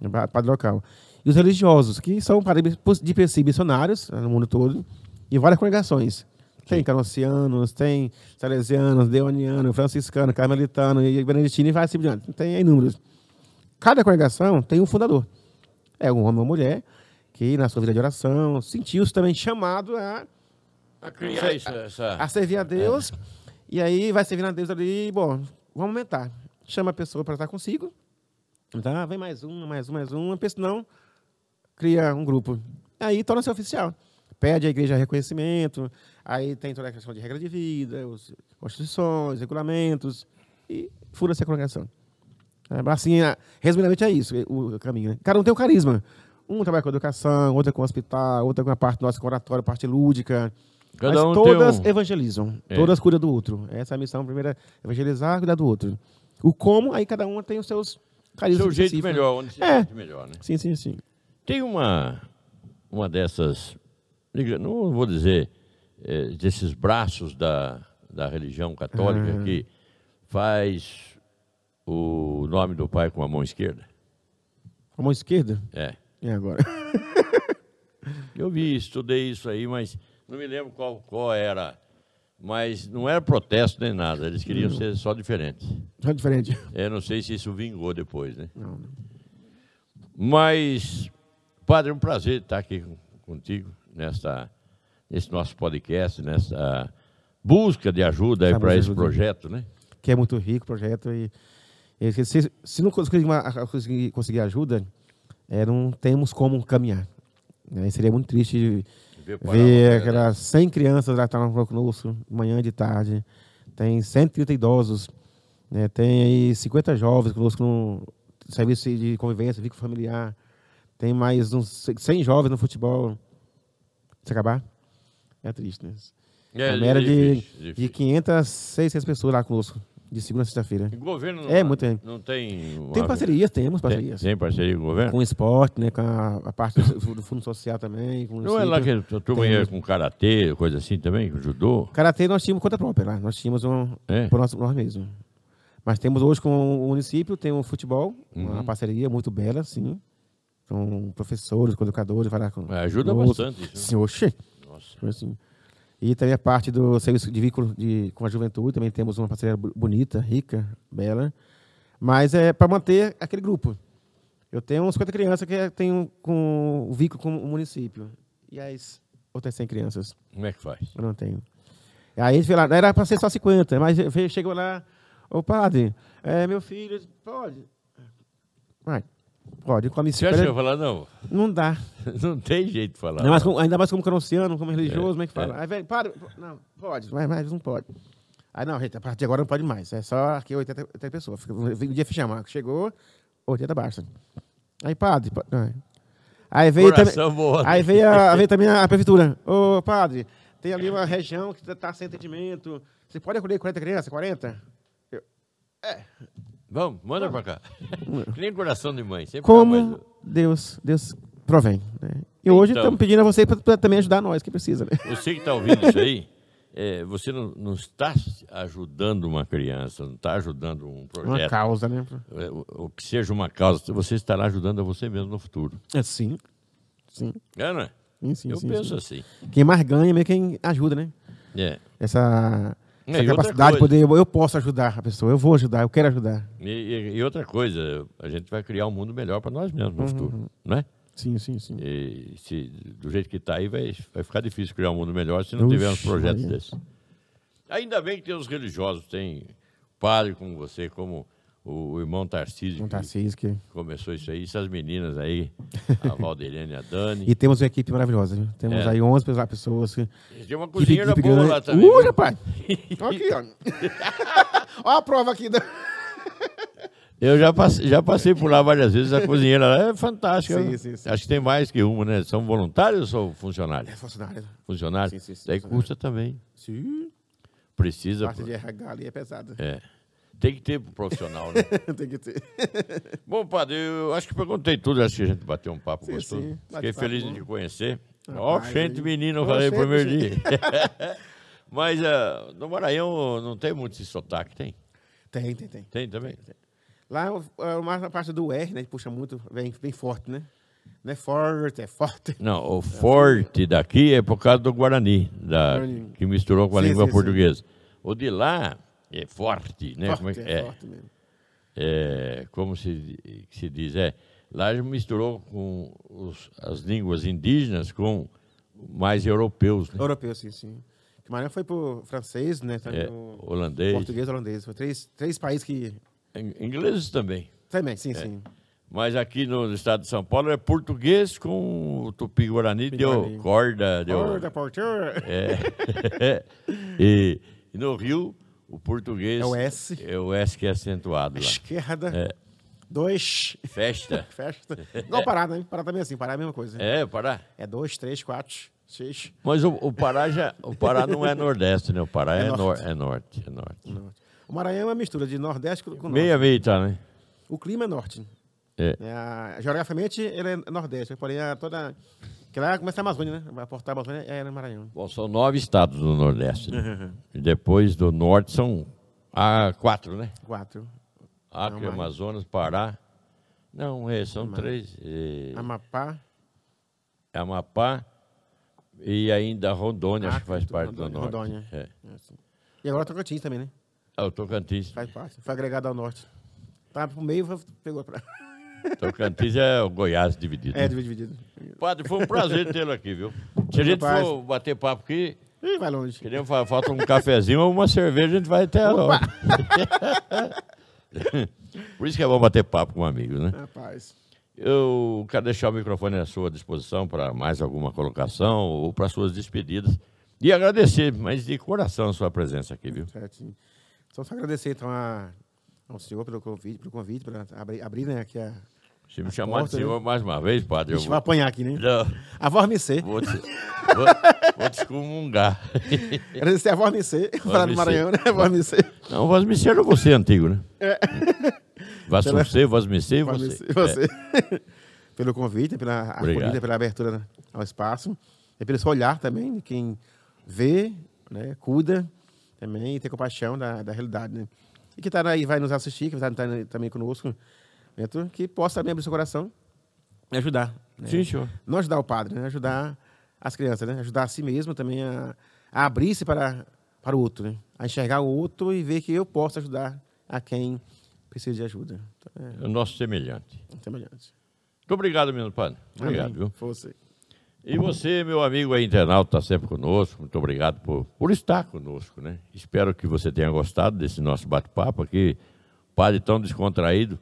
né? Pa- padre local. E os religiosos, que são padres pos- de princípio missionários né, no mundo todo e várias congregações. Tem canoncianos, tem salesianos, deoniano, franciscano, carmelitano e beneditino e vai assim por diante. Tem inúmeros. Cada congregação tem um fundador. É um homem ou mulher que, na sua vida de oração, sentiu-se também chamado a
A criar essa. essa-
a servir a Deus. E aí vai servir a Deus ali, bom, vamos aumentar. Chama a pessoa para estar consigo. Então, ah, vem mais uma, mais uma, mais uma. Pensa, não, cria um grupo. Aí torna-se oficial. pede à igreja reconhecimento, aí tem toda a questão de regra de vida, os- constituições, regulamentos, e fura-se a congregação. É, mas, assim, é, resumidamente é isso o, o caminho. Né? Cada um tem um carisma. Um trabalha com educação, outro com hospital, outro com a parte nossa com oratório, parte lúdica.
Cada
mas
um tem
todas
um-
evangelizam,
É.
todas cuidam do outro. Essa é a missão, a primeira, evangelizar, cuidar do outro. O como, aí cada um tem os seus carismas.
Seu jeito
específicos, né?
melhor, onde se
É.
sente melhor, né?
Sim, sim, sim.
Tem uma, uma dessas, diga- não vou dizer, eh, desses braços da, da religião católica que faz o nome do pai com a mão esquerda.
Com a mão esquerda?
É.
É agora.
Eu vi, estudei isso aí, mas não me lembro qual, qual era. Mas não era protesto nem nada, eles queriam ser só diferentes.
Só Tá diferente.
Eu não sei se isso vingou depois, né? Mas, padre, é um prazer estar aqui com- contigo nesta, nesse nosso podcast, nessa busca de ajuda aí
Essa
para
busca de
esse
ajuda.
projeto, né?
que é muito rico o projeto. E, e se, se não conseguir, uma- conseguir, conseguir ajuda, é, não temos como caminhar. né? E seria muito triste
Ver é parar uma
ver
galera
aquelas 100 crianças lá que estavam conosco, de manhã e de tarde. Tem 130 idosos, né? tem aí 50 jovens conosco no serviço de convivência, vínculo familiar. Tem mais uns 100 jovens no futebol. Se acabar, é triste, né?
É,
a média de,
difícil,
de
difícil.
500 a 600 pessoas lá conosco, de segunda a sexta-feira.
E O governo não,
É, muito tempo.
não tem... uma-
Tem parcerias, temos
Tem,
parcerias.
tem parceria com o governo?
Com o esporte, né, com a, a parte do, do fundo social também. com o
Não é lá que
município.
a turma
Tem.
ia com karatê, coisa assim também, com judô?
Karatê nós tínhamos conta própria lá, nós tínhamos um,
É.
por nós, nós mesmos. Mas temos hoje com o município, tem o futebol,
Uhum.
uma parceria muito bela, sim. Com professores, com educadores, vai lá com...
É, Ajuda
com outros.
bastante isso, né?
Sim, oxe.
Nossa.
Foi assim. E também a parte do serviço de vínculo de, com a juventude, também temos uma parceria bu- bonita, rica, bela. Mas é para manter aquele grupo. Eu tenho uns 50 crianças que é- tem um, com o vínculo com o município. E as outras 100 crianças,
Como é que faz?
eu não tenho. E aí a gente veio lá, era para ser só 50, mas veio- chegou lá, ô padre, é, meu filho, pode? Vai, pode, come
Você acha que eu ia falar,
espera.
não?
né? Não dá.
Não tem jeito de falar.
Ainda mais, como, ainda mais como cronciano, como religioso, como é que fala?
é.
Aí, velho, para. Não, pode, mas, mas não pode. Aí, não, gente, a partir de agora não pode mais. É só aqui 80, 80 pessoas. Fica- Um dia fechar, Marco. Chegou, 80 basta. Aí, padre. pa- não, é. Aí veio também.
Coração né? bom.
Aí veio, a, veio também a prefeitura. Ô, padre, tem ali uma região que tá sem atendimento. Você pode acolher 40 crianças? 40?
Vamos, manda pra cá. Que nem coração de mãe. Sempre dá mais-
Como Deus, Deus provém. Né? E hoje
Então.
estamos pedindo a você para também ajudar nós, que precisa, né?
Você que está ouvindo isso aí, é, você não, não está ajudando uma criança, não está ajudando um
Uma
projeto,
causa, né?
é, o- o que seja uma causa, você estará ajudando a você mesmo no futuro.
É sim. Sim,
É, não é?
sim, sim.
Eu
sim,
penso
sim.
assim.
Quem mais ganha é meio quem ajuda, né?
É.
Essa,
É,
essa
e outra
capacidade de
coisa.
poder. Eu posso ajudar a pessoa, eu vou ajudar, eu quero ajudar.
E, e- e outra coisa, a gente vai criar um mundo melhor para nós
Uhum,
mesmos no futuro, né?
Sim, sim, sim.
E se, do jeito que está aí, vai, vai ficar difícil criar um mundo melhor se não
Oxe,
tiver uns projetos
Maria.
desses. Ainda bem que tem os religiosos, tem padre como você, como o, o irmão Tarcísio,
Não
que
tá cis que...
começou isso aí, essas meninas aí, a Valdirene e a Dani.
E temos uma equipe maravilhosa. viu? Temos
É.
aí 11 pessoa- pessoas. Que...
Tem uma
equipe-
cozinheira
equipe
boa
grande. Uh,
lá também. né?
Ui,
viu?
rapaz! Olha aqui, ó. Olha a prova aqui. Da...
Eu já passei, já passei por lá várias vezes, a cozinheira lá é fantástica.
Sim, sim, sim.
Acho que tem mais que uma, né? São voluntários ou funcionários?
É funcionário.
Funcionários.
Sim, sim, sim,
Daí
funcionário.
custa também.
Sim.
Precisa.
Parte
pô.
de RH ali é pesada.
É. Tem que ter profissional, né?
Tem que ter.
Bom, padre, eu acho que perguntei tudo, acho que a gente bateu um papo
Sim,
gostoso.
sim,
Fiquei
bate-papo
feliz
bom.
de te conhecer. Ó,
Rapaz,
gente,
aí.
menino, eu
Ó,
falei no
gente,
primeiro dia. Mas ah, no Maranhão não tem muito esse sotaque, tem?
Tem, tem, tem.
Tem também?
Lá o- é mais na parte do R, né? Que puxa muito, vem bem forte, né? Não é forte, é forte.
Não, o forte daqui é por causa do Guarani, da-
Guarani.
que misturou com a
Sim,
língua
sim, sim.
portuguesa. O de lá é forte, né? Como é
Forte,
que-
é,
é.
forte mesmo.
é, como se, se diz, é, lá ele misturou com os- as línguas indígenas com mais europeus, né?
Europeu, sim, sim. Que Maranhão foi pro francês, né? Também
É,
pro
holandês,
português, holandês. Foi três, três países que.
In- ingleses também.
Também, sim, sim.
Mas aqui no estado de São Paulo é português com o tupi-guarani, deu
Tupi-guarani.
corda, deu...
Porta, porteira.
É. e, e no Rio, o português...
É o S.
É o S que é acentuado lá. É.
Esquerda. Dois.
Festa.
Festa. Igual Pará, né? Pará também é assim. Pará é a mesma coisa.
É, Pará.
É dois, três, quatro, seis.
Mas o, o Pará já, o Pará não é nordeste, né? O Pará é,
É
nor-
norte.
é norte, é norte.
Norte. O Maranhão é uma mistura de Nordeste com com Norte.
Meia meia tá, né?
O clima é Norte.
É.
É, a- geograficamente, ele é Nordeste. Porém, a toda... Que lá começa a Amazônia, né? Vai portar a Amazônia é no Maranhão.
Bom, são nove estados do Nordeste. né? E depois do Norte são ah, quatro, né?
Quatro.
Acre,
Não, mas-
Amazonas, Pará. Não, é, são três. É,
Amapá.
Amapá e ainda Rondônia, acho que faz
Acre,
parte do Norte.
Rondônia.
É.
É assim. E agora Tocantins também, né?
Ah, o Tocantins.
Faz parte. Foi agregado ao Norte. Tá pro meio, foi- pegou pra...
Tocantins é o Goiás dividido.
É,
né?
dividido.
Padre, foi um prazer tê-lo aqui, viu? Se a gente
Rapaz.
for bater papo aqui,
Ih, vai longe.
Queremos fa- falta um cafezinho ou uma cerveja, a gente vai até lá. Por isso que é bom bater papo com um amigo, né?
Rapaz.
Eu quero deixar o microfone à sua disposição para mais alguma colocação ou para suas despedidas. E agradecer, mas de coração, a sua presença aqui, viu?
Certinho. Só só agradecer, então, a, ao senhor pelo convite, pelo convite, para abrir, abrir né, aqui a...
Se me chamar de
porta, né?
senhor mais uma vez, padre,
A
eu
gente vai
vou,
apanhar aqui, né?
Não,
A voz Missê.
vou, te, vou, vou te excomungar.
Agradecer é a voz Missê, falar do
Missê.
Maranhão, né? A voz Missê.
Não, voz me ser você é antigo, né? Vassucê, voz me ser,
Voz
você. É.
Missê, você. pelo convite, pela
Obrigado.
acolhida, pela abertura né, ao espaço. E pelo seu olhar também, de quem vê, né, cuida também e tem compaixão da, da realidade, né? E que tá aí, vai nos assistir, que está também conosco, né, tu- que possa também abrir seu coração e ajudar.
É.
né?
Sim, senhor.
não ajudar o padre, né? ajudar as crianças, né? ajudar a si mesmo também a, a abrir-se para, para o outro, né? a enxergar o outro e ver que eu posso ajudar a quem precisa de ajuda. Então, é,
É o nosso semelhante.
não tem mais adiante.
Muito obrigado, menino padre. Obrigado,
Amém.
viu?
Foi você.
E você, meu amigo aí, internauta, está sempre conosco. Muito obrigado por, por estar conosco, né? Espero que você tenha gostado desse nosso bate-papo aqui. Padre tão descontraído.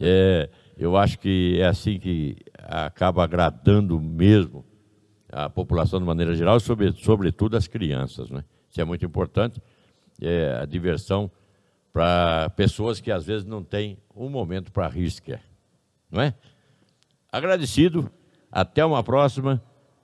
É, eu acho que é assim que acaba agradando mesmo a população de maneira geral, e sobre, sobretudo as crianças, né? Isso é muito importante. É, a diversão para pessoas que às vezes não têm um momento para rir sequer, não é? Agradecido, até uma próxima